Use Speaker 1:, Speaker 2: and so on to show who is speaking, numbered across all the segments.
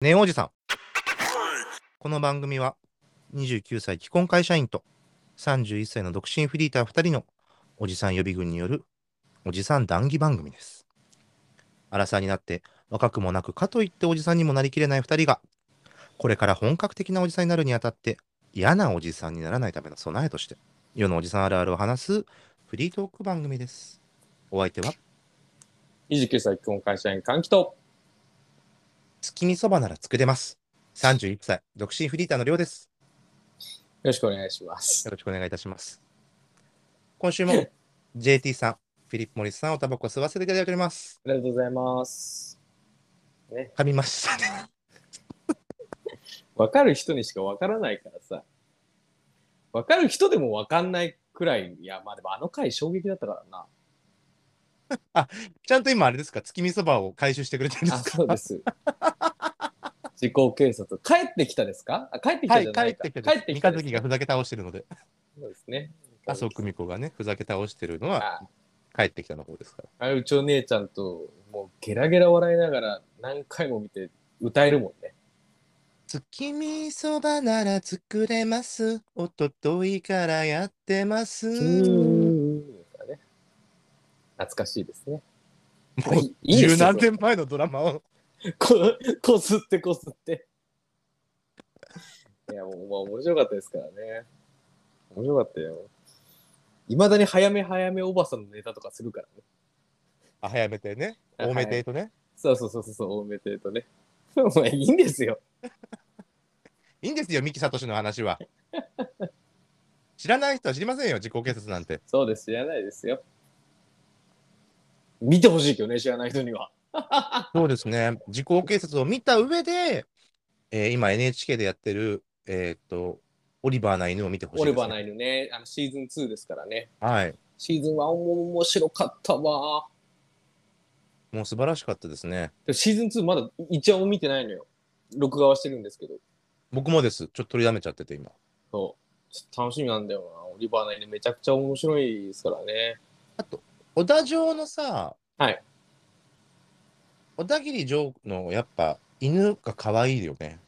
Speaker 1: ねおじさん。この番組は29歳既婚会社員と31歳の独身フリーター2人のおじさん予備軍によるおじさん談義番組です。アラサーになって若くもなくかといっておじさんにもなりきれない2人がこれから本格的なおじさんになるにあたって嫌なおじさんにならないための備えとして世のおじさんあるあるを話すフリートーク番組です。お相手は
Speaker 2: 29歳、今会社員、換気と。
Speaker 1: 月見そばなら作れます。31歳独身フリーターのりょうです。
Speaker 2: よろしくお願いします
Speaker 1: よ。ろしくお願いいたします。今週も JT さん、フィリップ・モリスさん、おタバコ吸わせていただいております。
Speaker 2: ありがとうございます。
Speaker 1: 噛みましたね。
Speaker 2: わかる人にしかわからないからさ。わかる人でもわかんないくらい、いや、まあでもあの回衝撃だったからな。
Speaker 1: ちゃんと今、あれですか、月見そばを回収してくれてるんで
Speaker 2: あ、
Speaker 1: すか
Speaker 2: そうです。自己警察。帰ってきたですかあ帰ってき
Speaker 1: は
Speaker 2: た
Speaker 1: い
Speaker 2: じゃ、
Speaker 1: 帰
Speaker 2: な
Speaker 1: っ
Speaker 2: いか。
Speaker 1: てきてです。三日
Speaker 2: です
Speaker 1: 月がふざけ倒してるので、
Speaker 2: そうですね。
Speaker 1: 麻生久美子がね、ふざけ倒してるのは、
Speaker 2: あ
Speaker 1: 帰ってきたの方ですから。
Speaker 2: あ、うちお姉ちゃんと、もうゲラゲラ笑いながら何回も見て歌えるもんね。
Speaker 1: 月見そばなら作れます。おとといからやってます。も
Speaker 2: ね懐かしいですね。
Speaker 1: う
Speaker 2: いいです
Speaker 1: 十
Speaker 2: よ
Speaker 1: 何年前のドラマを。
Speaker 2: ここすってこすって。いや、もう、まあ、面白かったですからね。面白かったよ。いまだに早め早めおばさんのネタとかするからね。
Speaker 1: あ早めてね、多めてとね。
Speaker 2: そうそうそうそう、多めてとね。お前いいんですよ。
Speaker 1: いいんですよ、三木聡の話 は。知らない人は知りませんよ、自己警察なんて。
Speaker 2: そうです、知らないですよ。見てほしいけどね、知らない人には。
Speaker 1: そうですね、自己警察を見た上で、えー今 NHK でやってる、えーっと、オリバーな犬を見てほしい
Speaker 2: オ
Speaker 1: で
Speaker 2: レ
Speaker 1: す、ね。
Speaker 2: バーナイルね、あのシーズン2ですからね。
Speaker 1: はい。
Speaker 2: シーズン1も面白かったわ。
Speaker 1: もう素晴らしかったですね。
Speaker 2: でもシーズン2まだ一話も見てないのよ。録画はしてるんですけど。
Speaker 1: 僕もです。ちょっと取りだめちゃってて、今。
Speaker 2: そう。ちょっと楽しみなんだよな。オリバーナイルめちゃくちゃ面白いですからね。
Speaker 1: 小田城のさ、
Speaker 2: はい。
Speaker 1: 小田切城のやっぱ犬が可愛いよね。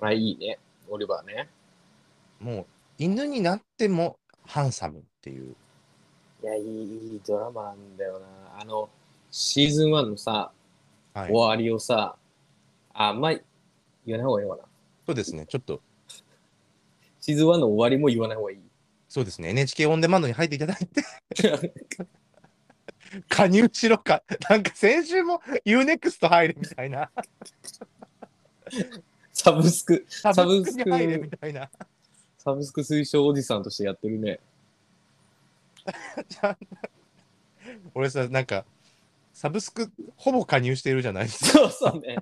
Speaker 2: あ、いいね。オリバーね。
Speaker 1: もう犬になってもハンサムっていう。
Speaker 2: いや、いい、いいドラマなんだよな。あの、シーズン1のさ、
Speaker 1: はい
Speaker 2: 終。わりをさ、あ、まあ、言わない方がいいのかな。
Speaker 1: そうですね。ちょっと、
Speaker 2: シーズン1の終わりも言わない方がいい。
Speaker 1: そうですね。NHK オンデマンドに入っていただいて 加入しろか。なんか先週も UNEXT 入れみたいな。
Speaker 2: サブスク、
Speaker 1: サ
Speaker 2: ブ
Speaker 1: ブ
Speaker 2: ス
Speaker 1: ス
Speaker 2: ク
Speaker 1: クに入れみたいな。
Speaker 2: サブスク推奨おじさんとしてやってるね。
Speaker 1: 俺さ、なんか、サブスクほぼ加入しているじゃないですか。
Speaker 2: そうそうね。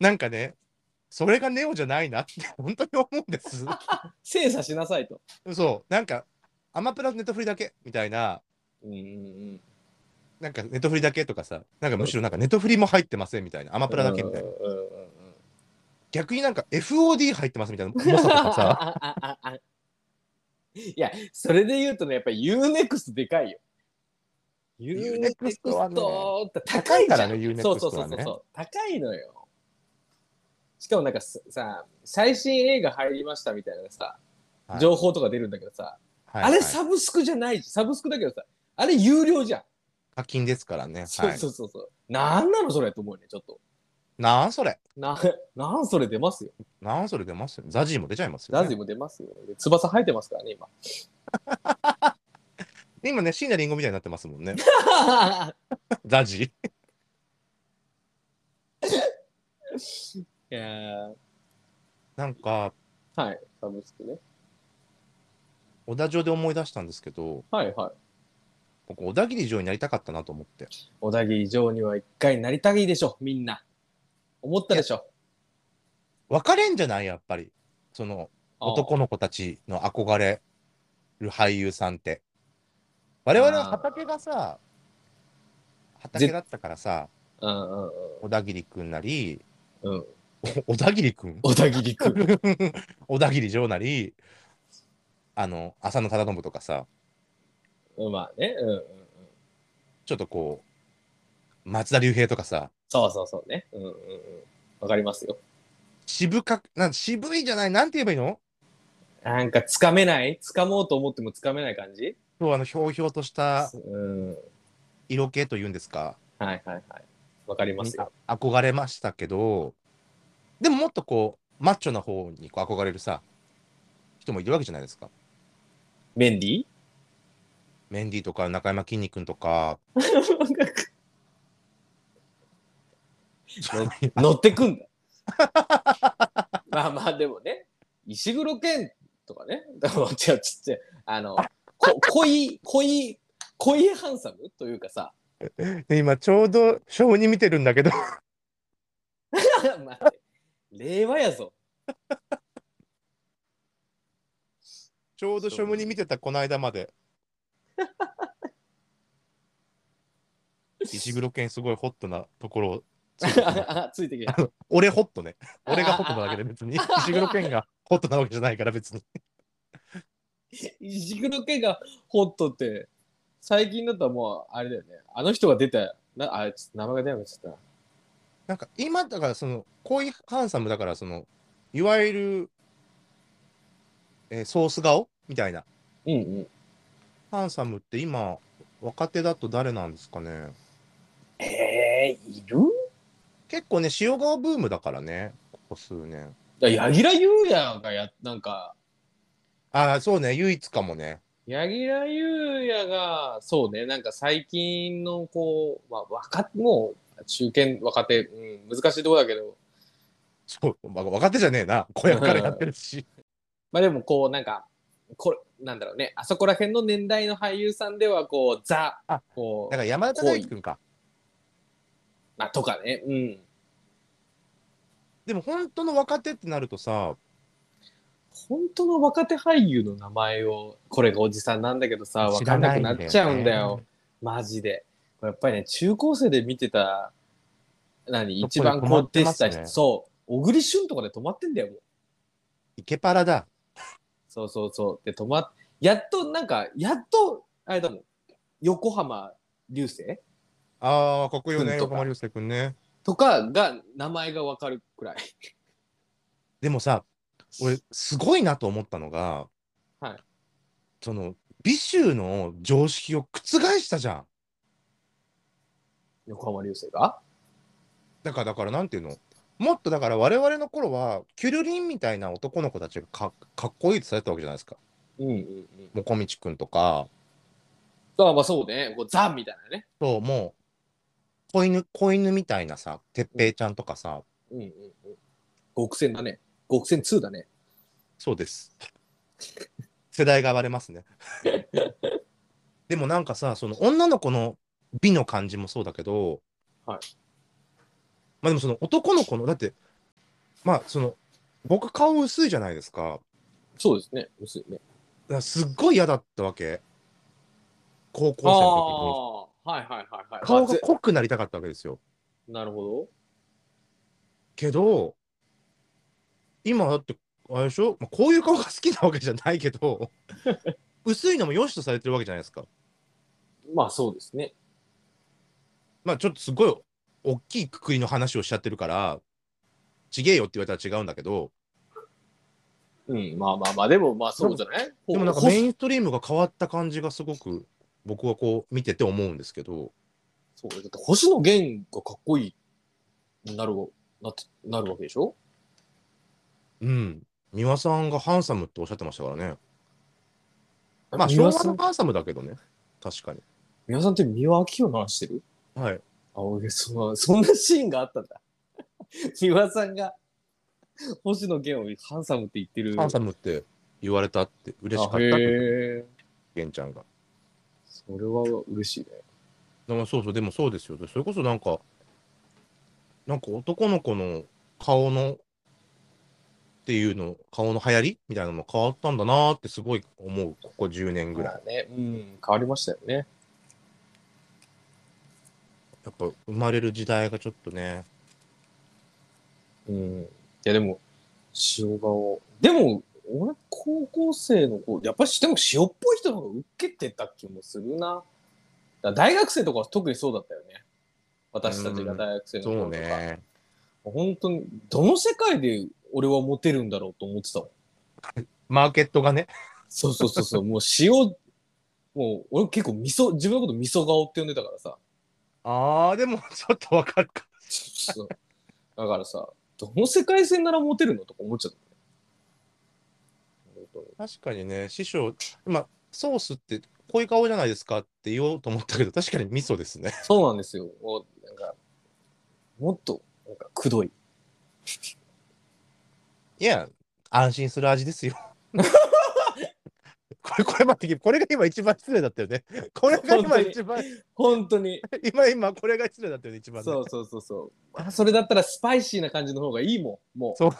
Speaker 1: なんかね、それがネオじゃないなって本当に思うんです。
Speaker 2: 精査しなさいと。
Speaker 1: そう。なんか、アマプラネットフリだけみたいな、
Speaker 2: うんうんうん。
Speaker 1: なんかネットフリだけとかさ、なんかむしろなんかネットフリも入ってませんみたいな、アマプラだけみたいな。
Speaker 2: うんうんうんうん。
Speaker 1: 逆になんか FOD 入ってますみたいな、重さとかさ。
Speaker 2: いや、それで言うとね、やっぱり UNEXT でかいよ。
Speaker 1: Unext はね
Speaker 2: って高
Speaker 1: 高い
Speaker 2: いじゃん
Speaker 1: からね Unext はね
Speaker 2: そうそうそうそう。高いのよ。しかもなんかすさ、最新映画入りましたみたいなさ、
Speaker 1: はい
Speaker 2: 情報とか出るんだけどさ、
Speaker 1: はい
Speaker 2: あ
Speaker 1: は
Speaker 2: れ
Speaker 1: い
Speaker 2: サブスクじゃないじゃんサブスクだけどさ、あれ有料じゃん。
Speaker 1: 課金ですからね。
Speaker 2: そう
Speaker 1: はい
Speaker 2: そうそうそう。なんなのそれと思うね、ちょっと。
Speaker 1: なんそれ。
Speaker 2: な、なんそれ出ますよ。
Speaker 1: なんそれ出ますよ。ザジーも出ちゃいますよ、ね。
Speaker 2: ダズイも出ますよ。で翼生えてますから ね、今。
Speaker 1: 今ね、椎名林檎みたいになってますもん ね。ザジ。
Speaker 2: いやー
Speaker 1: なんか、
Speaker 2: はい、サブスクね。
Speaker 1: 小田城で思い出したんですけど、
Speaker 2: はいはい。
Speaker 1: 僕、小田切城になりたかったなと思って。
Speaker 2: 小田切城には一回なりたいでしょ、みんな。思ったでしょ。
Speaker 1: 別れんじゃないやっぱり。その、
Speaker 2: あー
Speaker 1: 男の子たちの憧れる俳優さんって。我々の畑がさ、畑だったからさ、
Speaker 2: うんうん
Speaker 1: 小田切くんなり、
Speaker 2: うん。うん。
Speaker 1: お小田切くん
Speaker 2: 小田切君。
Speaker 1: 小田切城なり、あの、浅野忠信とかさ、
Speaker 2: うんまあね。うんうんうん。
Speaker 1: ちょっとこう、松田龍平とかさ、
Speaker 2: そうそうそうね。うんうんうん。わかりますよ。
Speaker 1: 渋かく、なん渋いじゃない、なんて言えばいいの
Speaker 2: なんかつかめないつかもうと思ってもつかめない感じ
Speaker 1: 今日あの、ひょうひょうとした
Speaker 2: うん。
Speaker 1: 色気というんですか、
Speaker 2: はいはいはい。わかりますよ。
Speaker 1: あ憧れましたけど、でももっとこう、マッチョな方にこう憧れるさ、人もいるわけじゃないですか。
Speaker 2: メン ディ
Speaker 1: メンディーとか中山きんに君とか、
Speaker 2: 乗ってくんだ。 まあまあでもね、石黒健とかね、 だから違うちっちゃい、あの、こ濃い、濃い、濃いハンサムというかさ、
Speaker 1: 今ちょうど小に見てるんだけど、
Speaker 2: 待って令和やぞ。
Speaker 1: ちょうど書無に見てたこの間まで。石黒犬すごいホットなところをついてくるね。
Speaker 2: ついてきて。
Speaker 1: 俺ホットね。俺がホットなだけで別に。石黒犬がホットなわけじゃないから別に。
Speaker 2: 石黒健がホットって、最近だともう、あれだよね。あの人が出た、なあ、ちょっと名前が出なくなっちゃった。
Speaker 1: なんか今だからその、こういうハンサムだからその、いわゆる、えーソース顔みたいな。
Speaker 2: うんうん。
Speaker 1: ハンサムって今、若手だと誰なんですかね。
Speaker 2: えー、いる
Speaker 1: 結構ね、塩顔ブームだからね、ここ数年。
Speaker 2: だ柳楽優弥がや、なんか、
Speaker 1: ああ、そうね、唯一かもね。
Speaker 2: 柳楽優弥が、そうね、なんか最近の、こう、まあ、若、もう、中堅、若手、うん、難しいとこだけど、
Speaker 1: そう、ま若手じゃねえ な、子役からやってるし。
Speaker 2: まあでも、こう、なんか、これ、なんだろうね、あそこら辺の年代の俳優さんでは、こう、ザ
Speaker 1: あ、
Speaker 2: こ
Speaker 1: だか
Speaker 2: う、
Speaker 1: ら山田大輝くんか。
Speaker 2: まあ、とかね、うん。
Speaker 1: でも本当の若手ってなるとさ、
Speaker 2: 本当の若手俳優の名前を、これがおじさんなんだけどさ、わかんなくなっちゃうんだよ。マジで。これやっぱりね、中高生で見てた、
Speaker 1: と
Speaker 2: 何、
Speaker 1: こで
Speaker 2: 一番こう出て
Speaker 1: 止ま
Speaker 2: た
Speaker 1: ってます
Speaker 2: 人、
Speaker 1: ね
Speaker 2: そう、小栗旬とかで止まってんだよ、もう。
Speaker 1: イケパラだ。
Speaker 2: そうそうそう。で、止まっ、やっと、なんか、やっと、あれだもん、横浜流星
Speaker 1: ああ、かっこいいよね、
Speaker 2: くんとか
Speaker 1: 横浜流星くんね。
Speaker 2: とかが、名前がわかるくらい。
Speaker 1: でもさ、俺、すごいなと思ったのが、
Speaker 2: はい
Speaker 1: その、美醜の常識を覆したじゃん。
Speaker 2: 横浜流星が
Speaker 1: だから、だから、なんていうのもっとだから我々の頃はキュルリンみたいな男の子たちがかかっこいいってされてたわけじゃないですか。
Speaker 2: うんうんうん。
Speaker 1: もこみちくんとか、
Speaker 2: あまあそうね、こうザみたいなね。
Speaker 1: そう、もう、子犬、子犬みたいなさ、てっぺいちゃんとかさ、
Speaker 2: うんうんうん。極戦だね。極戦2だね。
Speaker 1: そうです。世代が割れ ますね。でもなんかさ、その女の子の美の感じもそうだけど、
Speaker 2: はい
Speaker 1: まあでもその男の子の、だって、まあその、僕顔薄いじゃないですか。だか
Speaker 2: そうですね、薄いね。
Speaker 1: らすっごい嫌だったわけ。高校生の時に。
Speaker 2: ああ、はいはいはいはい。
Speaker 1: 顔
Speaker 2: まあ
Speaker 1: が
Speaker 2: ぜ
Speaker 1: 濃くなりたかったわけですよ。
Speaker 2: なるほ
Speaker 1: けど、今だって、あれでしょ、まあ、こういう顔が好きなわけじゃないけ ど、薄いのも良しとされてるわけじゃないですか。
Speaker 2: ど。まあそうですね。
Speaker 1: まあちょっとすごい大きいくくりの話をしちゃってるから、ちげえよって言われたら違うんだけど、
Speaker 2: うん、まあまあまあ、でもまあそうじゃない
Speaker 1: でもなんか
Speaker 2: ほ
Speaker 1: メインストリームが変わった感じがすごく僕はこう見てて思うんですけど、
Speaker 2: そうだって星野源がかっこいいになるなってなるわけでしょ
Speaker 1: うん。美輪さんがハンサムっておっしゃってましたからね。まあ
Speaker 2: 三
Speaker 1: 昭和
Speaker 2: 輪さん
Speaker 1: のハンサムだけどね。確かに。
Speaker 2: 皆さんって三輪明宏の話してる
Speaker 1: はい。
Speaker 2: あ、俺、そそんなシーンがあったんだ。 三輪さんが、星野源をハンサムって言ってる。
Speaker 1: ハンサ
Speaker 2: ム
Speaker 1: ムって言われたって嬉しかったって言って
Speaker 2: へえ。
Speaker 1: 玄ちゃんが。
Speaker 2: それは嬉しいね。
Speaker 1: でもそうそう、でもそうですよ。それこそなんか、なんか男の子の顔のっていうの、顔の流行りみたいなのも変わったんだなーってすごい思う、ここ10年ぐらい。
Speaker 2: まあね。うん、変わりましたよね。
Speaker 1: やっぱ生まれる時代がちょっとね、
Speaker 2: うん。いや、でも、塩顔。でも、俺、高校生の子、やっぱり、でも塩っぽい人の方が受けてた気もするな。だから大学生とかは特にそうだったよね。私たちが大学生の
Speaker 1: そう
Speaker 2: 頃とか。
Speaker 1: ね。
Speaker 2: 本当に、どの世界で俺はモテるんだろうと思ってたもん。
Speaker 1: マーケットがね。
Speaker 2: そうそうそう そう、もう塩、もう俺結構味噌、自分のこと味噌顔って呼んでたから さ。
Speaker 1: ああ、でもちょっとわかるか。
Speaker 2: そうだからさ、どの世界線ならモテるのとか思っちゃったね。本
Speaker 1: 確かにね、師匠、今、ソースってこういう顔じゃないですかって言おうと思ったけど、確かに味噌ですね。
Speaker 2: 当にそうなんですよ。もうなんかもっと、なんか、くどい。
Speaker 1: いや、安心する味ですよ。 これ、これ待って、これが今一番失礼だったよね。これが今一番、
Speaker 2: 本当に。
Speaker 1: 今、今、これが失礼だったよね、一番、ね。
Speaker 2: そうそうそうそう。あそれだったらスパイシーな感じの方がいいもん。も
Speaker 1: そう
Speaker 2: う、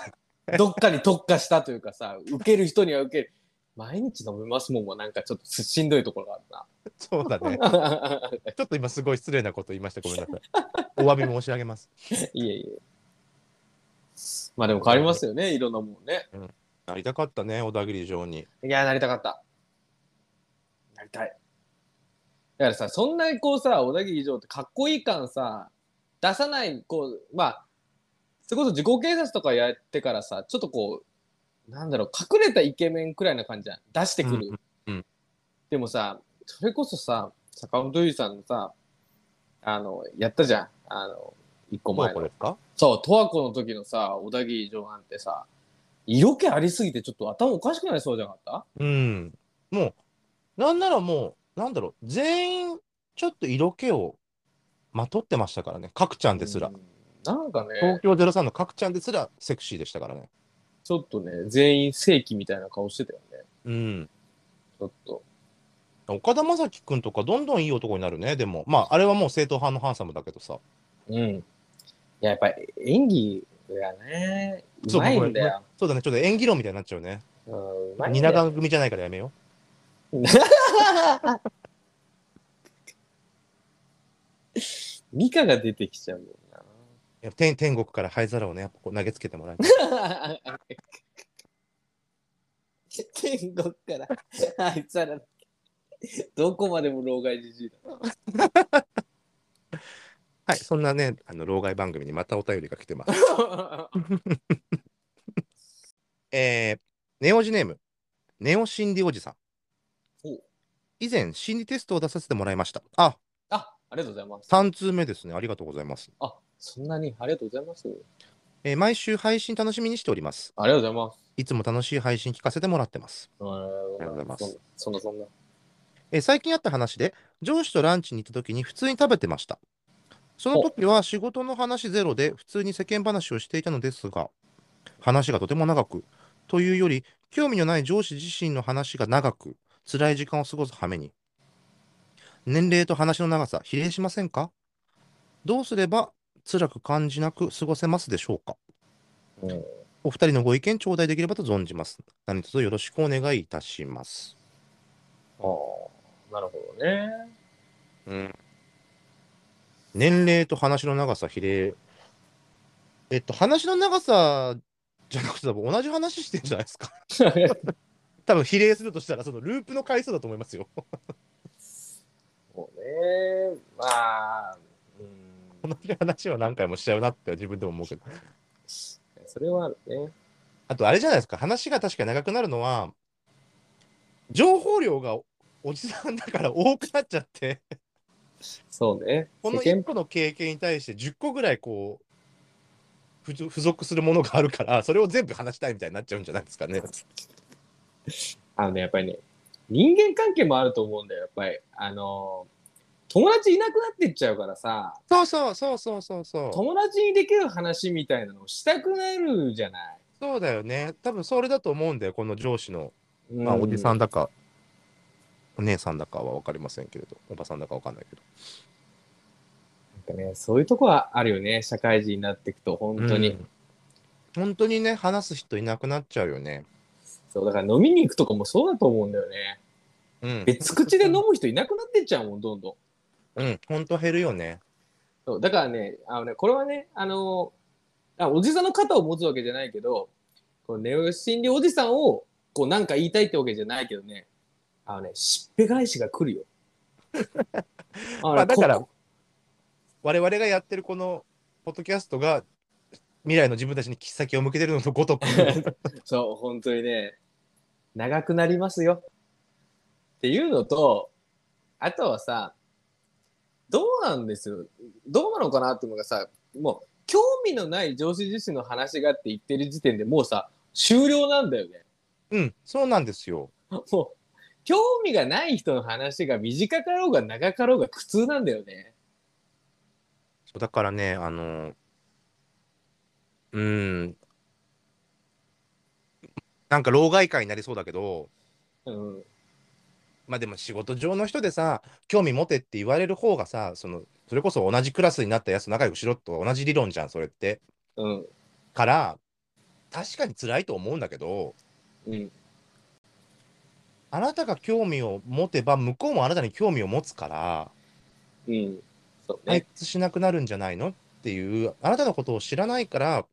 Speaker 2: どっかに特化したというかさ、受ける人には受ける。毎日飲みますもんもなんかちょっとしんどいところが
Speaker 1: そうだね。
Speaker 2: あるな。
Speaker 1: ちょっと今すごい失礼なこと言いました。ごめんなさい。お詫び申し上げます。
Speaker 2: いえいえ。まあでも変わりますよね、いろんなもんね。
Speaker 1: なりたかったね、小田切城に。
Speaker 2: いや、なりたかった。なりたい。だからさ、そんなにこうさ、小田切城ってかっこいい感さ、出さない、こう、まあ、それこそ自己警察とかやってからさ、ちょっとこう、なんだろう、隠れたイケメンくらいな感じじゃん。出してくる。
Speaker 1: うんうんうん
Speaker 2: でもさ、それこそさ、坂本龍一さんのさ、あの、やったじゃん。あの、一個
Speaker 1: お前
Speaker 2: 前
Speaker 1: こ
Speaker 2: の
Speaker 1: れ。ですか
Speaker 2: そう、十和子の時のさ、小田切城なんてさ、色気ありすぎてちょっと頭おかしくなりそうじゃなかった
Speaker 1: うん。もう、なんならもう、なんだろう、全員、ちょっと色気をまとってましたからね。角ちゃんですら
Speaker 2: う。んなんかね
Speaker 1: 東、京03の角ちゃんですらセクシーでしたからね。
Speaker 2: ちょっとね、全員正規みたいな顔してたよね。
Speaker 1: うん。
Speaker 2: ちょっと。
Speaker 1: 岡田将生君とかどんどんいい男になるねでもまああれはもう正統派のハンサムだけどさ
Speaker 2: うん。いや、やっぱり演技がね、う
Speaker 1: そう
Speaker 2: まいんだよ。
Speaker 1: そうだねちょっと演技論みたいになっちゃうね
Speaker 2: うん、うまいんだ
Speaker 1: 蜷
Speaker 2: よ。
Speaker 1: 川組じゃないからやめよ
Speaker 2: ミカが出てきちゃうもんな。
Speaker 1: ういや天天国から灰皿をねやっぱこう投げつけてもらえ
Speaker 2: 天国からあいつらどこまでも老害じじいだ
Speaker 1: はいそんなねあの老害番組にまたお便りが来てます えー、ネオジネームネオ心理おじさん
Speaker 2: お
Speaker 1: 以前心理テストを出させてもらいましたあ
Speaker 2: あありがとうございます
Speaker 1: 3通目ですねありがとうございます、
Speaker 2: あそんなにありがとうございます
Speaker 1: えー毎週配信楽しみにしております
Speaker 2: ありがとうございます
Speaker 1: いつも楽しい配信聞かせてもらってます
Speaker 2: あ
Speaker 1: が
Speaker 2: り
Speaker 1: とうございます
Speaker 2: そんなそんな
Speaker 1: えー最近あった話で上司とランチに行った時に普通に食べてましたその時は仕事の話ゼロで普通に世間話をしていたのですが話がとても長くというより興味のない上司自身の話が長く辛い時間を過ごす羽目に年齢と話の長さ比例しませんかどうすれば辛く感じなく過ごせますでしょうか
Speaker 2: そんな、うん
Speaker 1: お二人のご意見頂戴できればと存じます何卒よろしくお願いいたします
Speaker 2: ああなるほどね
Speaker 1: う ん年齢と話の長さ比例えっと話の長さじゃなくて多分同じ話してんじゃないですか 多分比例するとしたらそのループの回数だと思いますよ
Speaker 2: そうねまあうん
Speaker 1: 同じ話は何回もしちゃうなって自分でも思うけど
Speaker 2: それはあるね
Speaker 1: あとあれじゃないですか話が確か長くなるのは情報量がおおじさんだから多くなっちゃって
Speaker 2: そうね
Speaker 1: この
Speaker 2: 世
Speaker 1: 1
Speaker 2: 間
Speaker 1: 個の経験に対して10個ぐらいこう付属付属するものがあるからそれを全部話したいみたいになっちゃうんじゃないですかね。
Speaker 2: あのねやっぱりね人間関係もあると思うんだよやっぱりあの友達いなくなってっちゃうからさ
Speaker 1: そうそうそうそうそうそう。
Speaker 2: 友達にできる話みたいなのをしたくなるじゃない、
Speaker 1: そうだよね。多分それだと思うんだよ。この上司の、
Speaker 2: う
Speaker 1: まあ、おじさんだか、お姉さんだかは分かりませんけれど、おばさんだか分かんないけど。
Speaker 2: なんかね、そういうとこはあるよね、社会人になっていくと、本当に。
Speaker 1: うん本当にね、話す人いなくなっちゃうよね。
Speaker 2: そう、だから飲みに行くとかもそうだと思うんだよね。
Speaker 1: うん。
Speaker 2: 別口で飲む人いなくなってっちゃうもん、どんどん。
Speaker 1: うん。本当減るよね。
Speaker 2: そうだからね、あのね、これはね、あのあ、おじさんの肩を持つわけじゃないけど、こうネオ心理おじさんを、こう、なんか言いたいってわけじゃないけどね、あのね、しっぺ返しが 来るよ。あの
Speaker 1: まあだから
Speaker 2: こ
Speaker 1: 我々がやってるこの、ポッドキャストが、未来の自分たちに切っ先を向けてるのとごとくう
Speaker 2: そう、本当にね、長くなりますよ。っていうのと、あとはさ、どうなんですよ。どうなのかなっていうのがさ、もう、興味のない上司自身の話がって言ってる時点でもうさ、終了なんだよね。
Speaker 1: んそうなんですよ
Speaker 2: もう、興味がない人の話が短かろうが長かろうが苦痛なんだよね。
Speaker 1: そうだからねあのうーんなんか老害会になりそうだけど
Speaker 2: うん。
Speaker 1: まあでも仕事上の人でさ興味持てって言われる方がさそのそれこそ同じクラスになったやつと仲良くしろと同じ理論じゃんそれって。
Speaker 2: うん。
Speaker 1: から確かに辛いと思うんだけど
Speaker 2: うん。
Speaker 1: あなたが興味を持てば向こうもあなたに興味を持つから
Speaker 2: うん。そう
Speaker 1: 退
Speaker 2: ね。
Speaker 1: 屈しなくなるんじゃないのっていうあなたのことを知らないから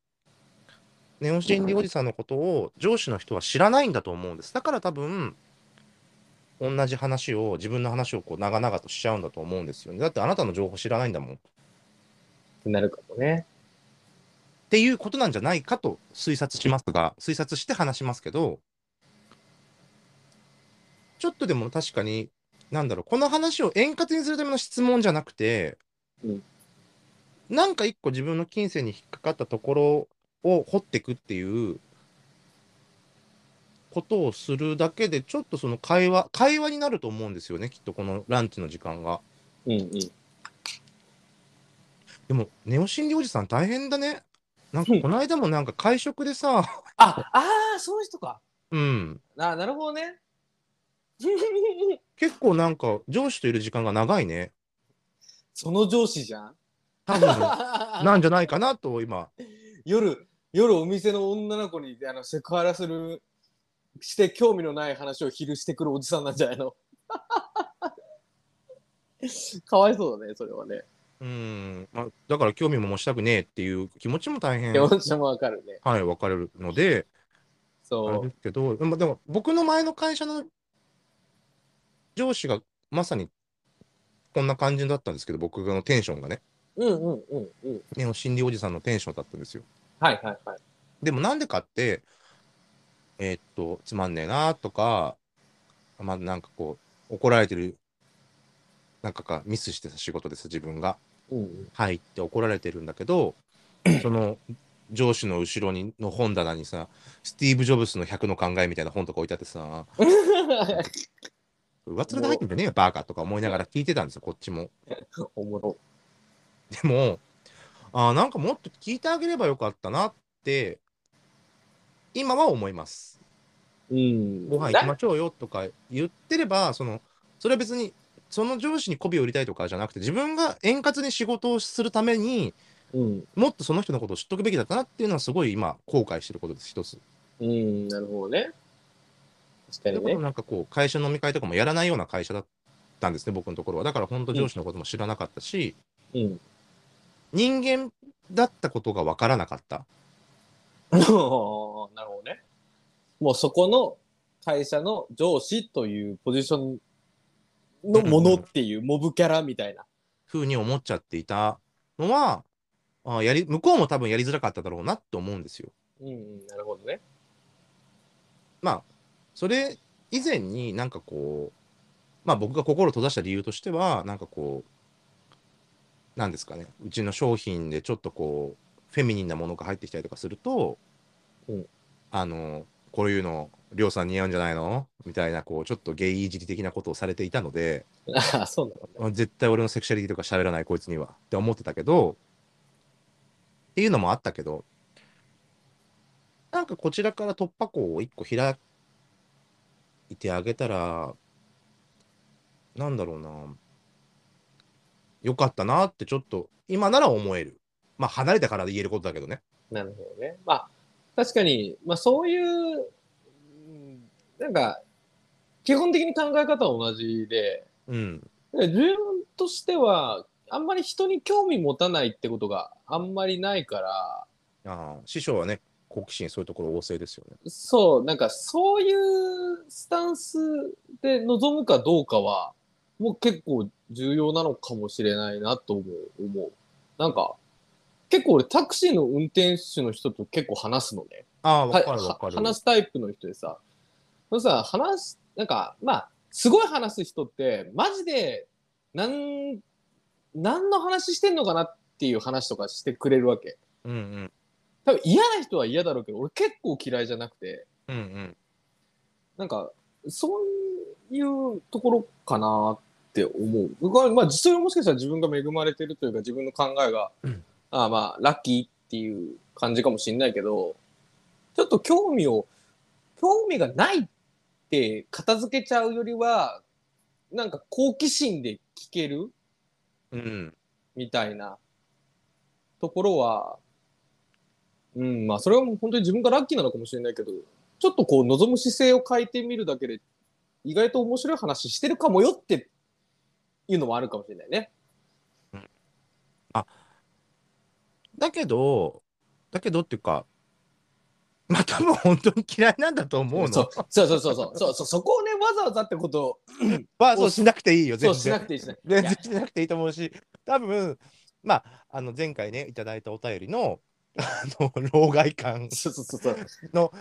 Speaker 1: ネオ心理おじさんのことを上司の人は知らないんだと思うんですだから多分同じ話を自分の話をこう長々としちゃうんだと思うんですよねだってあなたの情報知らないんだもんっ
Speaker 2: なるかもね。
Speaker 1: ていうことなんじゃないかと推察しますが推察して話しますけどちょっとでも確かになんだろうこの話を円滑にするための質問じゃなくて、
Speaker 2: うん
Speaker 1: なんか一個自分の金銭に引っかかったところを掘っていくっていうことをするだけでちょっとその会話会話になると思うんですよねきっとこのランチの時間が。
Speaker 2: うんうん。
Speaker 1: でもネオ心理おじさん大変だね。なんかこの間もなんか会食でさ、
Speaker 2: あ、ああ、そういう人か。
Speaker 1: うん、
Speaker 2: あ、なるほ どね。
Speaker 1: 結構なんか上司といる時間が長いね。
Speaker 2: その上司じゃん。
Speaker 1: 多分 なんじゃないかなと今
Speaker 2: 夜、夜お店の女の子にあのセクハラする、して興味のない話を昼してくるおじさんなんじゃな いのかわいそうだね、それはね。
Speaker 1: うん、まあ、だから興味も持ちたくねえっていう気持ちも大変
Speaker 2: 気持ちもわかるね。
Speaker 1: はい分かれるのであれ
Speaker 2: そ
Speaker 1: ですけどでもでも僕の前の会社の上司がまさにこんな感じだったんですけど僕のテンションがね
Speaker 2: う。うんうんうんうん。
Speaker 1: ね心理おじさんのテンションだったんですよ
Speaker 2: はいはいはい。
Speaker 1: でもなんでかってえーっとつまんねえなとかまあなんかこう怒られてるなんかかミスしてた仕事です自分が
Speaker 2: うんうん、
Speaker 1: 入って怒られてるんだけどその上司の後ろにの本棚にさスティーブ・ジョブスの100の考えみたいな本とか置いてあってさ 上っ面で入ってんじゃねえよバカとか思いながら聞いてたんですよこっちも。
Speaker 2: おもろ。
Speaker 1: でもあーなんかもっと聞いてあげればよかったなって今は思います。
Speaker 2: うん。
Speaker 1: ご飯行きましょうよとか言ってればそのそれは別にその上司に媚びを売りたいとかじゃなくて自分が円滑に仕事をするために
Speaker 2: うん。
Speaker 1: もっとその人のことを知っとくべきだったなっていうのはすごい今後悔してることです一つ。
Speaker 2: うん、なるほどね。確
Speaker 1: だ
Speaker 2: かに
Speaker 1: か
Speaker 2: ね
Speaker 1: ら。なんかこう会社飲み会とかもやらないような会社だったんですね僕のところはだから本当上司のことも知らなかったし、
Speaker 2: うん。
Speaker 1: 人間だったことが分からなかった
Speaker 2: なるほどね。もうそこの会社の上司というポジションのものっていうモブキャラみたいな。
Speaker 1: ふうに思っちゃっていたのはあーやり向こうも多分やりづらかっただろうなって思うんですよ。
Speaker 2: うん、うん、なるほどね。
Speaker 1: それ以前になんかこうまあ僕が心を閉ざした理由としてはなんかこうなんですかねうちの商品でちょっとこうフェミニンなものが入ってきたりとかすると、
Speaker 2: うん
Speaker 1: あのこういうのりょうさん似合うんじゃないのみたいなこうちょっとゲイいじり的なことをされていたので
Speaker 2: ああ、そうなのね。
Speaker 1: あ絶対俺のセクシャリティとか喋らないこいつにはって思ってたけどっていうのもあったけどなんかこちらから突破口を一個開いてあげたらなんだろうなよかったなってちょっと今なら思えるまあ離れたから言えることだけどね
Speaker 2: なるほどね。まあ、確かに、まあそういう、うんなんか、基本的に考え方は同じで、
Speaker 1: うん
Speaker 2: 自分としては、あんまり人に興味持たないってことがあんまりないから、
Speaker 1: ああ師匠はね好奇心そういうところ旺盛ですよね
Speaker 2: そう、なんかそういうスタンスで臨むかどうかは、もう結構重要なのかもしれないなとも思う。なんか、結構俺タクシーの運転手の人と結構話すのね。
Speaker 1: ああ、わ
Speaker 2: は
Speaker 1: かるわか
Speaker 2: は
Speaker 1: る。
Speaker 2: 話すタイプの人でさ、そのさ、話す、なんか、まあ、すごい話す人って、マジで、なん、何の話してんのかなっていう話とかしてくれるわけ。
Speaker 1: うんうん。
Speaker 2: 多分嫌な人は嫌だろうけど、俺結構嫌いじゃなくて、
Speaker 1: うんうん。
Speaker 2: なんか、そういうところかなって思う。僕は、まあ、実際もしかしたら自分が恵まれてるというか、自分の考えが、
Speaker 1: うん
Speaker 2: ああまあ、ラッキーっていう感じかもしれないけど、ちょっと興味を、興味がないって片付けちゃうよりは、なんか好奇心で聞ける
Speaker 1: うん。
Speaker 2: みたいなところは、うん、まあそれはもう本当に自分がラッキーなのかもしれないけど、ちょっとこう望む姿勢を変えてみるだけで、意外と面白い話してるかもよっていうのもあるかもしれないね。
Speaker 1: だけど、だけどっていうか、まあ多分本当に嫌いなんだと思う
Speaker 2: そ
Speaker 1: の
Speaker 2: う。そうそうそうそうそうそう、そこをね、わざわざってことを、
Speaker 1: まあそうしなくていいよ、
Speaker 2: そ
Speaker 1: 全
Speaker 2: うしなく
Speaker 1: 然。
Speaker 2: ていいしない。
Speaker 1: 全然
Speaker 2: い
Speaker 1: しなくていいと思うし、多分まあ、あの前回ね、いただいたお便りの、あの、老害感
Speaker 2: やそうそうそうそう。
Speaker 1: の、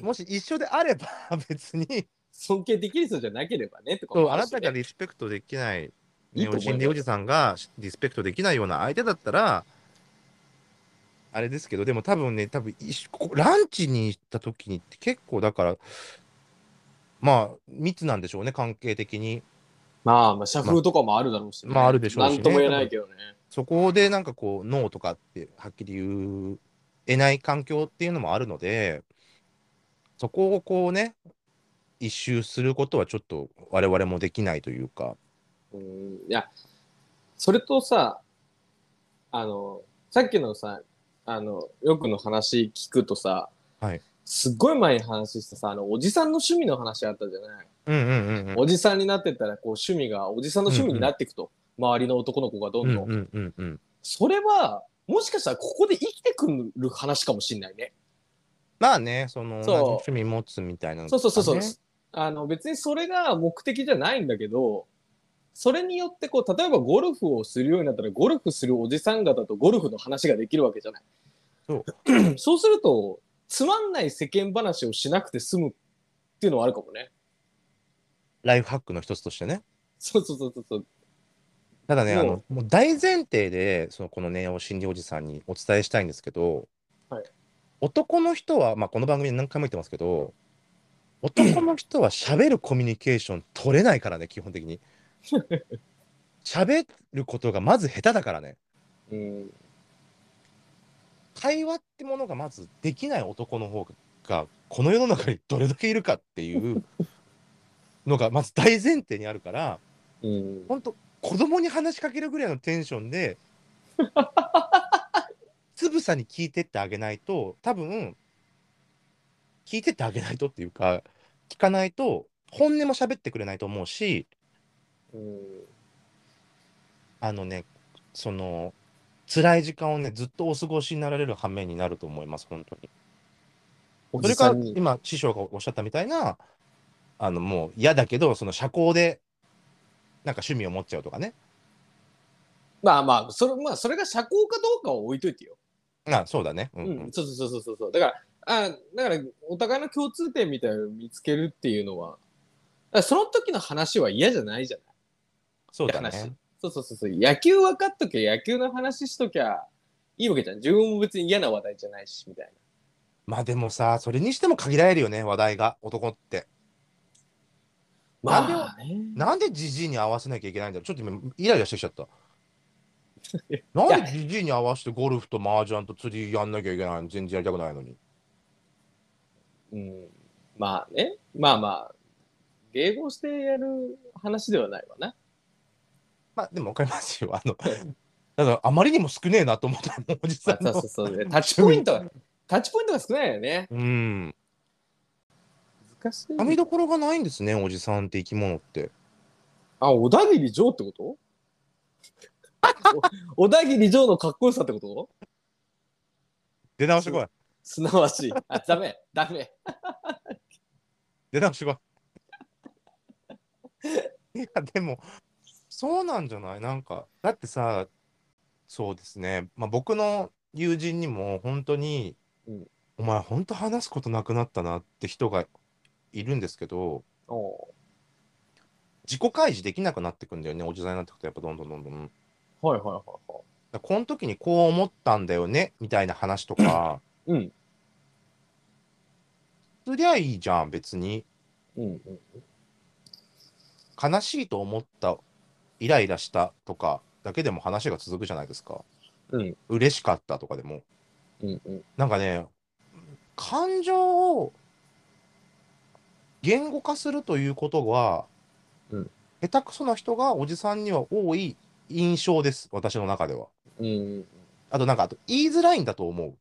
Speaker 1: もし一緒であれば別に、
Speaker 2: 尊敬できる人じゃなければねってこと
Speaker 1: そう
Speaker 2: も
Speaker 1: あ
Speaker 2: る
Speaker 1: な
Speaker 2: した
Speaker 1: がリスペクトできない、
Speaker 2: いい
Speaker 1: ね、お
Speaker 2: と思います
Speaker 1: じんでおじさんがリスペクトできないような相手だったら、あれですけど、でも多分ね、多分一緒ここランチに行った時にって結構だから、まあ密なんでしょうね、関係的に。
Speaker 2: まあまあ、社風とかもあるだろうし、
Speaker 1: まああるでしょうしね
Speaker 2: なんとも言えないけどね。
Speaker 1: そこでなんかこう、ノーとかってはっきり言えない環境っていうのもあるので、そこをこうね、一周することはちょっと我々もできないというか。
Speaker 2: うんいや、それとさ、あの、さっきのさ、あの、よくの話聞くとさ、
Speaker 1: はい
Speaker 2: すっごい前に話したさ、あの、おじさんの趣味の話あったじゃない、
Speaker 1: うんうんうんうん。
Speaker 2: おじさんになってったら、こう、趣味が、おじさんの趣味になっていくと、周りの男の子がど
Speaker 1: うんん
Speaker 2: どん。
Speaker 1: うんうんうん。
Speaker 2: それは、もしかしたらここで生きてくる話かもしんないね。
Speaker 1: まあね、その、
Speaker 2: そ
Speaker 1: 同
Speaker 2: う
Speaker 1: じ趣味持つみたいなの
Speaker 2: そ
Speaker 1: と
Speaker 2: う
Speaker 1: かね、
Speaker 2: そうそうそう。あの別にそれが目的じゃないんだけど、それによってこう、例えばゴルフをするようになったら、ゴルフするおじさん方とゴルフの話ができるわけじゃない。
Speaker 1: そう
Speaker 2: そうすると、つまんない世間話をしなくて済むっていうのはあるかもね。
Speaker 1: ライフハックの一つとしてね。
Speaker 2: そうそうそうそうそう。
Speaker 1: ただね、あ
Speaker 2: そう
Speaker 1: の、もう大前提で、その、このネオ心理おじさんにお伝えしたいんですけど、
Speaker 2: はい
Speaker 1: 男の人は、まあ、この番組で何回も言ってますけど、男の人は喋るコミュニケーション取れないからね、基本的に。 喋ることがまず下手だからね。
Speaker 2: うん。
Speaker 1: 会話ってものがまずできない男の方が、この世の中にどれだけいるかって いうのが、まず大前提にあるから、
Speaker 2: うん。
Speaker 1: 本当子供に話しかけるぐらいのテンション でつぶさに聞いてってあげないと多分聞いてってあげないとっていうか聞かないと本音も喋ってくれないと思うし
Speaker 2: うん。
Speaker 1: あのねその辛い時間をねずっとお過ごしになられる反面になると思います本当に。
Speaker 2: お
Speaker 1: そ
Speaker 2: じ
Speaker 1: れか
Speaker 2: さ
Speaker 1: ら
Speaker 2: んに。
Speaker 1: 今師匠がおっしゃったみたいなあのもう嫌だけどその社交でなんか趣味を持っちゃうとかね
Speaker 2: まあまあ、それ、まあ、それが社交かどうかを置いといてよ。
Speaker 1: あそうだねうん、うん
Speaker 2: うん、そうそうそうそうそう。だから、あだから、お互いの共通点みたいなのを見つけるっていうのは、だからその時の話は嫌じゃないじゃない。
Speaker 1: そうだ
Speaker 2: って話
Speaker 1: ね。
Speaker 2: そうそうそうそう。野球分かっときゃ、野球の話しときゃいいわけじゃん。自分も別に嫌な話題じゃないし、みたいな。
Speaker 1: まあでもさ、それにしても限られるよね、話題が、男って。
Speaker 2: まあね。
Speaker 1: なんでじじいに合わせなきゃいけないんだろう。ちょっと今、イライラしてきちゃ った。なんでじじいに合わせてゴルフと麻雀と釣りやんなきゃいけないの全然やりたくないのに。
Speaker 2: うん。まあね。まあまあ、迎合してやる話ではないわな。
Speaker 1: まあでもわかりますよ。あ の、あのあまりにも少ねえなと思ったもんおじさん
Speaker 2: まあ
Speaker 1: の
Speaker 2: そう。そうそう。タッチポイントが、タッチポイントが少ないよね。
Speaker 1: うん。
Speaker 2: 難しい。
Speaker 1: 噛みどころがないんですね、おじさんって生き物って。
Speaker 2: あ、小田切城ってこと お小田切城のかっこよさってこと
Speaker 1: 出直してこい。
Speaker 2: すなわち、あ、ダメ、ダメ。
Speaker 1: 出直してこ い。いや、でも、そうなんじゃないなんか、だってさ、そうですね、まあ、僕の友人にも本当に、
Speaker 2: うん
Speaker 1: お前本当話すことなくなったなって人がいるんですけど
Speaker 2: おー
Speaker 1: 自己開示できなくなってくんだよねおじさんになってくとやっぱどんどんどんどん。だか
Speaker 2: はいはいはいはい。
Speaker 1: らこの時にこう思ったんだよねみたいな話とか
Speaker 2: うん
Speaker 1: すりゃいいじゃん別に
Speaker 2: うんうん。
Speaker 1: 悲しいと思ったイライラしたとかだけでも話が続くじゃないですか
Speaker 2: うん
Speaker 1: 嬉しかったとかでも
Speaker 2: うんうん。
Speaker 1: なんかね、感情を言語化するということは、
Speaker 2: うん
Speaker 1: 下手くそな人がおじさんには多い印象です、私の中では。
Speaker 2: うんうん。
Speaker 1: あと、なんか、あと言いづらいんだと思う。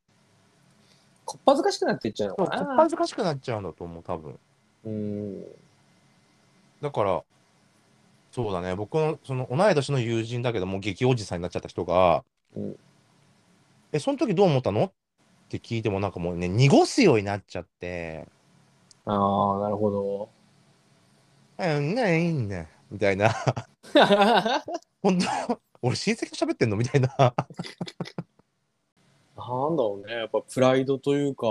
Speaker 2: こっぱずかしくなっていっちゃうの
Speaker 1: こ
Speaker 2: か
Speaker 1: っ
Speaker 2: な。
Speaker 1: 恥ずかしくなっちゃうんだと思う、多分。
Speaker 2: うん。
Speaker 1: だから、そうだね、僕の、その、同い年の友人だけど、もう激おじさんになっちゃった人が、
Speaker 2: うん
Speaker 1: え、その時どう思ったのって聞いても、なんかもうね、濁すようになっちゃって、
Speaker 2: ああ、なるほど。
Speaker 1: うん、ね、いいんだよみたいな。
Speaker 2: あ
Speaker 1: 本当俺親戚と喋ってんのみたいな
Speaker 2: ーなんだろうね。やっぱプライドというか、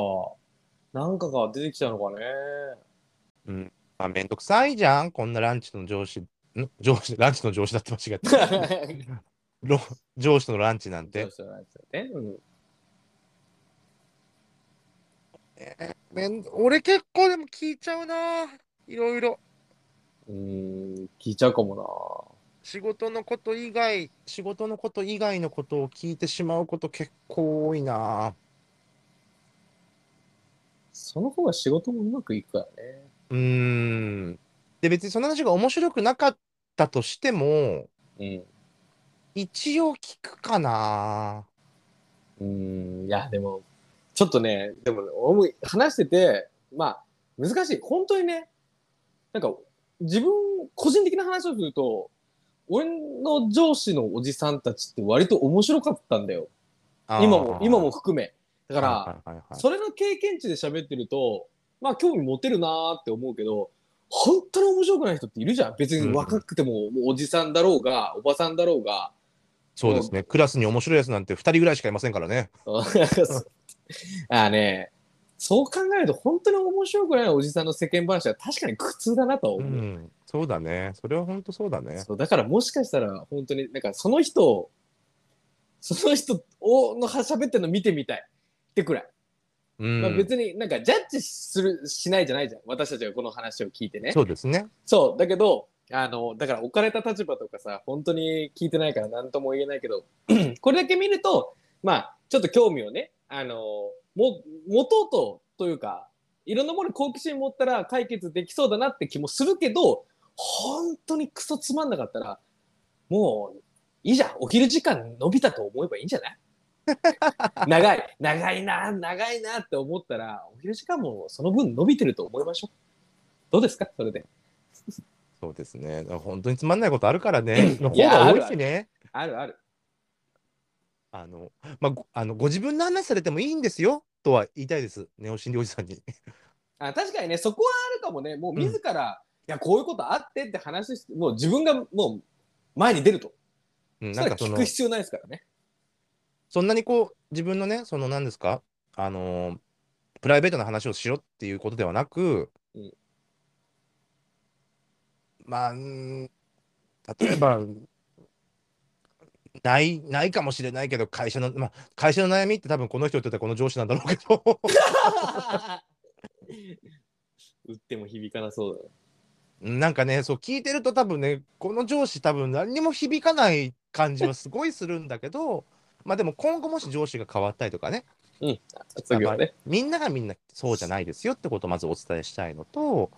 Speaker 2: なんかが出てきたのか ね。
Speaker 1: あめんどくさいじゃんこんなランチの上司ん上司ランチの上司だって間違 えたろ上司とのランチなん
Speaker 2: そ
Speaker 1: て
Speaker 2: うそうなんですよね。うん
Speaker 1: めん俺結構でも聞いちゃうないろいろ
Speaker 2: うーん、聞いちゃうかも
Speaker 1: 仕事のこと以外仕事のこと以外のことを聞いてしまうこと結構多いな
Speaker 2: な。その方が仕事もうまくいくからね。
Speaker 1: うーんで別にその話が面白くなかったとしても
Speaker 2: うん。
Speaker 1: 一応聞くかな
Speaker 2: うーん、いや、でも、ちょっとね、でも、俺も話してて、まあ、難しい。本当にね、なんか、自分、個人的な話をすると、俺の上司のおじさんたちって割と面白かったんだよ。
Speaker 1: あー
Speaker 2: 今も、今も含め。だから、
Speaker 1: はいはいはいはい
Speaker 2: それの経験値で喋ってると、まあ興味持てるなーって思うけど、本当に面白くない人っているじゃん。別に若くても、もうおじさんだろうが、おばさんだろうが、
Speaker 1: そうですね。クラスに面白いやつなんて2人ぐらいしかいませんからね。
Speaker 2: ああね、そう考えると本当に面白くないおじさんの世間話は確かに苦痛だなとは
Speaker 1: う
Speaker 2: 思う。
Speaker 1: ん。そうだね。それは本当そうだね。
Speaker 2: そうだからもしかしたら本当になんかその人をその人をの喋ってるの見てみたいってくらい、
Speaker 1: うん。
Speaker 2: まあ、別になんかジャッジするしないじゃないじゃん私たちがこの話を聞いてね
Speaker 1: そうですね。
Speaker 2: そう、だけど、あの、だから置かれた立場とかさ、本当に聞いてないから何とも言えないけど、 これだけ見ると、まあ、ちょっと興味をね、あの、も、持とうと、というか、いろんなものに好奇心持ったら解決できそうだなって気もするけど、本当にクソつまんなかったら、もう、いいじゃん。お昼時間伸びたと思えばいいんじゃない長い、長いな、長いなって思ったら、お昼時間もその分伸びてると思いましょう。どうですかそれで。
Speaker 1: そうですね。本当につまんないことあるから ね。の方
Speaker 2: や
Speaker 1: が多いしね。
Speaker 2: あるある。
Speaker 1: あの、まあご、あの、ご自分の話されてもいいんですよ。とは言いたいです。ネオ心理おじさんに。
Speaker 2: あ確かにね、そこはあるかもね、もう自ら、いや、こういうことあってって話して、もう自分がもう前に出ると。
Speaker 1: うん、
Speaker 2: そ
Speaker 1: なんか
Speaker 2: れは
Speaker 1: そ
Speaker 2: 聞
Speaker 1: の
Speaker 2: く、必要ないですから ね。
Speaker 1: そんなにこう、自分のね、その、何ですか、あのープライベートな話をしろっていうことではなく、
Speaker 2: うん
Speaker 1: まあ、うん例えば、ない、ないかもしれないけど、会社の、まあ、会社の悩みって多分この人にとってはこの上司なんだろうけど、
Speaker 2: 打っても響かなそうだね。
Speaker 1: なんかね、そう聞いてると多分ね、この上司多分何にも響かない感じはすごいするんだけど、まあでも今後もし上司が変わったりとかね、
Speaker 2: 次はね。
Speaker 1: みんながみんなそうじゃないですよってことをまずお伝えしたいのと、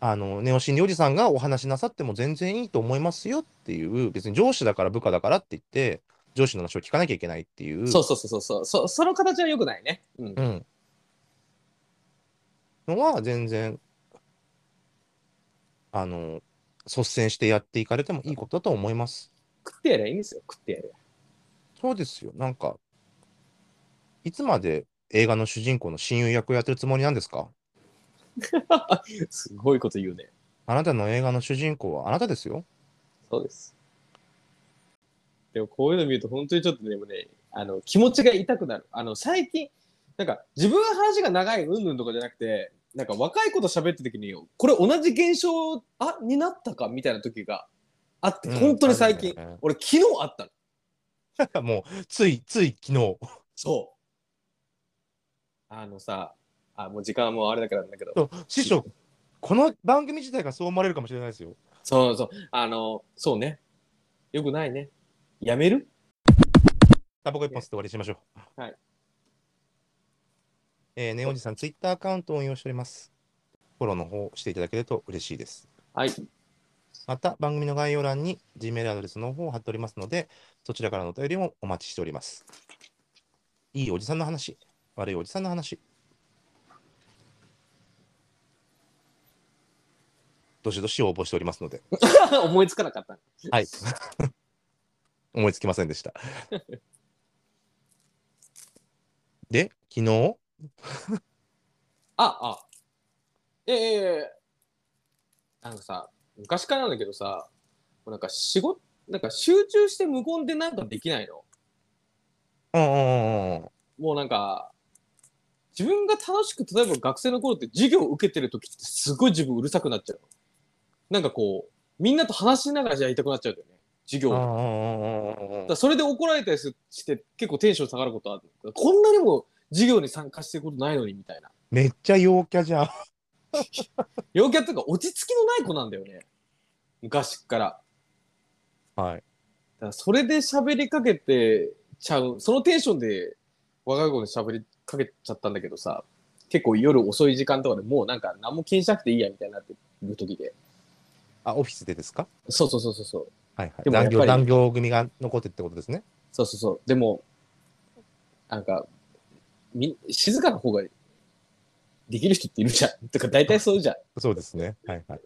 Speaker 1: あの、ネオ心理おじさんがお話しなさっても全然いいと思いますよっていう、別に上司だから部下だからって言って、上司の話を聞かなきゃいけないっていう、
Speaker 2: そうそうそうそうそう。その形は良くないね。うん
Speaker 1: う。ん。のは全然、あの、率先してやっていかれてもいいことだと思います。
Speaker 2: 食ってやればいいんですよ。食ってやれば。
Speaker 1: そうですよ。なんか、いつまで映画の主人公の親友役をやってるつもりなんですか
Speaker 2: すごいこと言うね。
Speaker 1: あなたの映画の主人公はあなたですよ。
Speaker 2: そうです。でもこういうの見ると本当にちょっとでもね、あの気持ちが痛くなるあの最近なんか自分は話が長いうんぬんとかじゃなくてなんか若い子と喋った時にこれ同じ現象あになったかみたいな時があって
Speaker 1: うん
Speaker 2: 本当に最近、
Speaker 1: あるよね
Speaker 2: 俺昨日あったの
Speaker 1: もう、つい、つい昨日。
Speaker 2: そうあのさあもう時間はもうあれだからなんだけど
Speaker 1: そう師匠、この番組自体がそう思われるかもしれないですよ。
Speaker 2: そうそうあのそうねよくないねやめる
Speaker 1: タバコ一本吸って終わりにしましょう。
Speaker 2: はい。
Speaker 1: えー、ねおじさん、ツイッターアカウントを運用しております。フォローの方していただけると嬉しいです。
Speaker 2: はい
Speaker 1: また、番組の概要欄に Gmail アドレスの方を貼っておりますので、そちらからのお便りもお待ちしております。いいおじさんの話、悪いおじさんの話。どしどし応募しておりますので、
Speaker 2: 思いつかなかった
Speaker 1: はい。 思いつきませんで した。で、昨日、
Speaker 2: あ、あ、ええええなんかさ、昔からなんだけどさ、もうなんか仕事、なんか集中して無言でなんかできないの。
Speaker 1: うんうんうんうん。
Speaker 2: もうなんか、自分が楽しく、例えば学生の頃って授業を受けてる時ってすごい自分うるさくなっちゃうの。なんかこう、みんなと話しながらじゃやりたくなっちゃうんだよね。授業を。だからそれで怒られたりすして結構テンション下がることある。こんなにも授業に参加してることないのにみたいな。
Speaker 1: めっちゃ陽キャじゃん。
Speaker 2: 陽キャっていうか落ち着きのない子なんだよね。昔から。
Speaker 1: はい。
Speaker 2: だからそれで喋りかけてちゃう、そのテンションで若い子に喋りかけちゃったんだけどさ、結構夜遅い時間とかでもうなんか何も気にしなくていいやみたいになってる時で。
Speaker 1: あ、オフィスでですか
Speaker 2: そうそうそうそうそう。
Speaker 1: はいはい。
Speaker 2: でもやっ
Speaker 1: 残
Speaker 2: ぱり
Speaker 1: 業、残業組が残ってってことですね。
Speaker 2: そうそうそう。でも、なんか、み、静かな方ができる人っているじゃん。と か大体そうじゃん。
Speaker 1: そうですね。はいはい。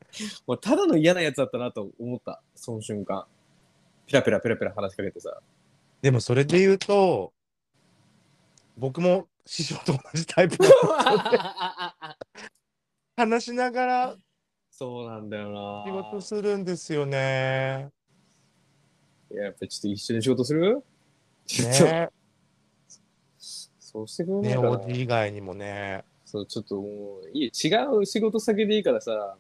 Speaker 2: もうただの嫌なやつだったなと思った。その瞬間。ペラペラペラペラ話しかけ てさ。
Speaker 1: でもそれで言うと、僕も師匠と同じタイ プ話しながら
Speaker 2: そうなんだよな
Speaker 1: 仕事するんですよね。
Speaker 2: いや、やっぱちょっと一緒に仕事する ちょっと、
Speaker 1: ね
Speaker 2: そうしてくれない
Speaker 1: ね
Speaker 2: か
Speaker 1: お
Speaker 2: な
Speaker 1: じ以外にもね。
Speaker 2: そう、ちょっともう、いい、違う仕事先でいいからさ、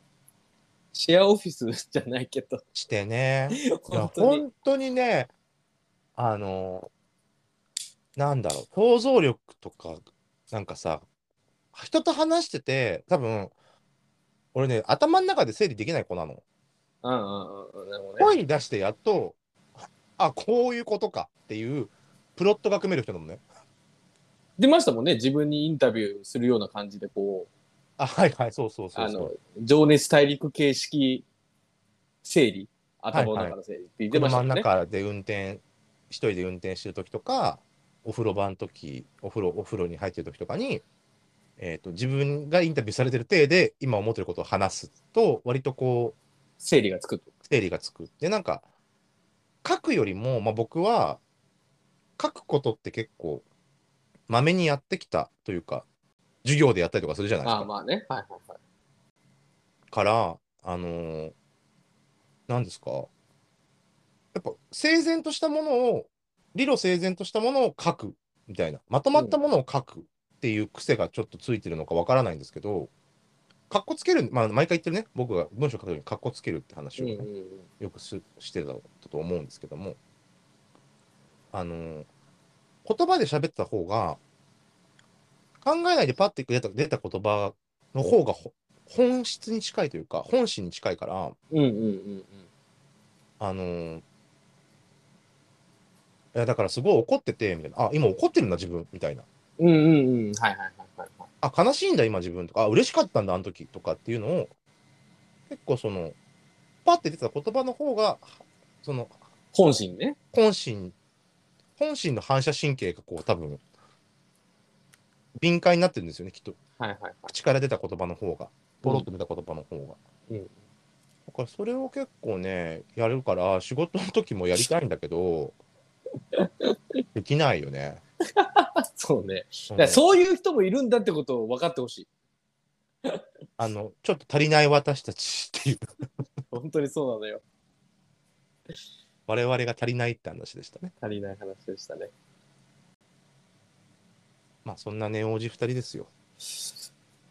Speaker 2: シェアオフィスじゃないけど、
Speaker 1: してね。いや
Speaker 2: 本当に。
Speaker 1: 本当にねあのなんだろう想像力とかなんかさ人と話してて多分俺ね頭の中で整理できない子なの
Speaker 2: うんうんうんうん、なるほどね。
Speaker 1: 声に出してやっとあこういうことかっていうプロットが組める人なのね
Speaker 2: 出ましたもんね、自分にインタビューするような感じで、こう、
Speaker 1: あはいはいそうそうそう
Speaker 2: あ
Speaker 1: そ
Speaker 2: の
Speaker 1: う、
Speaker 2: 情熱大陸形式整理、頭の中の整理って言ってまし
Speaker 1: 車
Speaker 2: たもん
Speaker 1: の
Speaker 2: ね。
Speaker 1: 中で運転一人で運転してる時とかお風呂場の時お風呂お風呂に入ってる時とかに、えー、と自分がインタビューされてる体で今思ってることを話すと割とこ
Speaker 2: 整理がつくと。
Speaker 1: う整理がつくでなんか書くよりも、まあ、僕は書くことって結構まめにやってきたというか授業でやったりとかするじゃないです
Speaker 2: あ
Speaker 1: か
Speaker 2: あ、。まあね。はいはいはい。
Speaker 1: から、あのーなんですか、やっぱ整然としたものを、理路整然としたものを書くみたいな、まとまったものを書くっていう癖がちょっとついてるのかわからないんですけど、かっこつける、まあ、毎回言ってるね、僕が文章書くときにかっこつけるって話をね、
Speaker 2: うんうんうん
Speaker 1: よくすしてたと思うんですけども、あのー言葉で喋った方が、考えないでパッて出た出た言葉の方がほ本質に近いというか、本心に近いから、
Speaker 2: うんうんうん
Speaker 1: あのーいやだからすごい怒ってて、みたいな、あ、今怒ってるんだ、自分、みたいな。
Speaker 2: うん。うんうんうん。はいはいはいはいはい。
Speaker 1: あ、悲しいんだ、今自分とか、あ、嬉しかったんだ、あの時とかっていうのを、結構その、パッて出た言葉の方が、その、
Speaker 2: 本心ね。
Speaker 1: 本心、本心の反射神経がこう多分、敏感になってるんですよね、きっと。
Speaker 2: はいはいはい。
Speaker 1: 口から出た言葉の方が、ポロッと出た言葉の方が。
Speaker 2: うん
Speaker 1: だからそれを結構ね、やるから、仕事の時もやりたいんだけ ど、できないよね。
Speaker 2: そうね。
Speaker 1: う
Speaker 2: だ
Speaker 1: ん
Speaker 2: からそういう人もいるんだってことを分かってほしい。
Speaker 1: あの、ちょっと足りない私たちっていう、
Speaker 2: 本当にそうなのよ。
Speaker 1: 我々が足りないって話でしたね。
Speaker 2: 足りない話でしたね。
Speaker 1: まあそんなね、王子二人ですよ。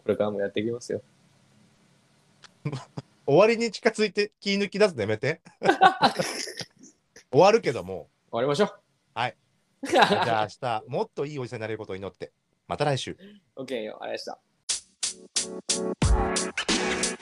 Speaker 2: これからもやっていきますよ。
Speaker 1: 終わりに近づいて気抜き出すのやめ て。終わるけども
Speaker 2: 終わりましょう。
Speaker 1: はい。う、
Speaker 2: じ
Speaker 1: じゃ
Speaker 2: ゃ
Speaker 1: あ明日、もっといいおじさんになれることを祈って、また来週。
Speaker 2: あ、OK よ。ありがとうございました。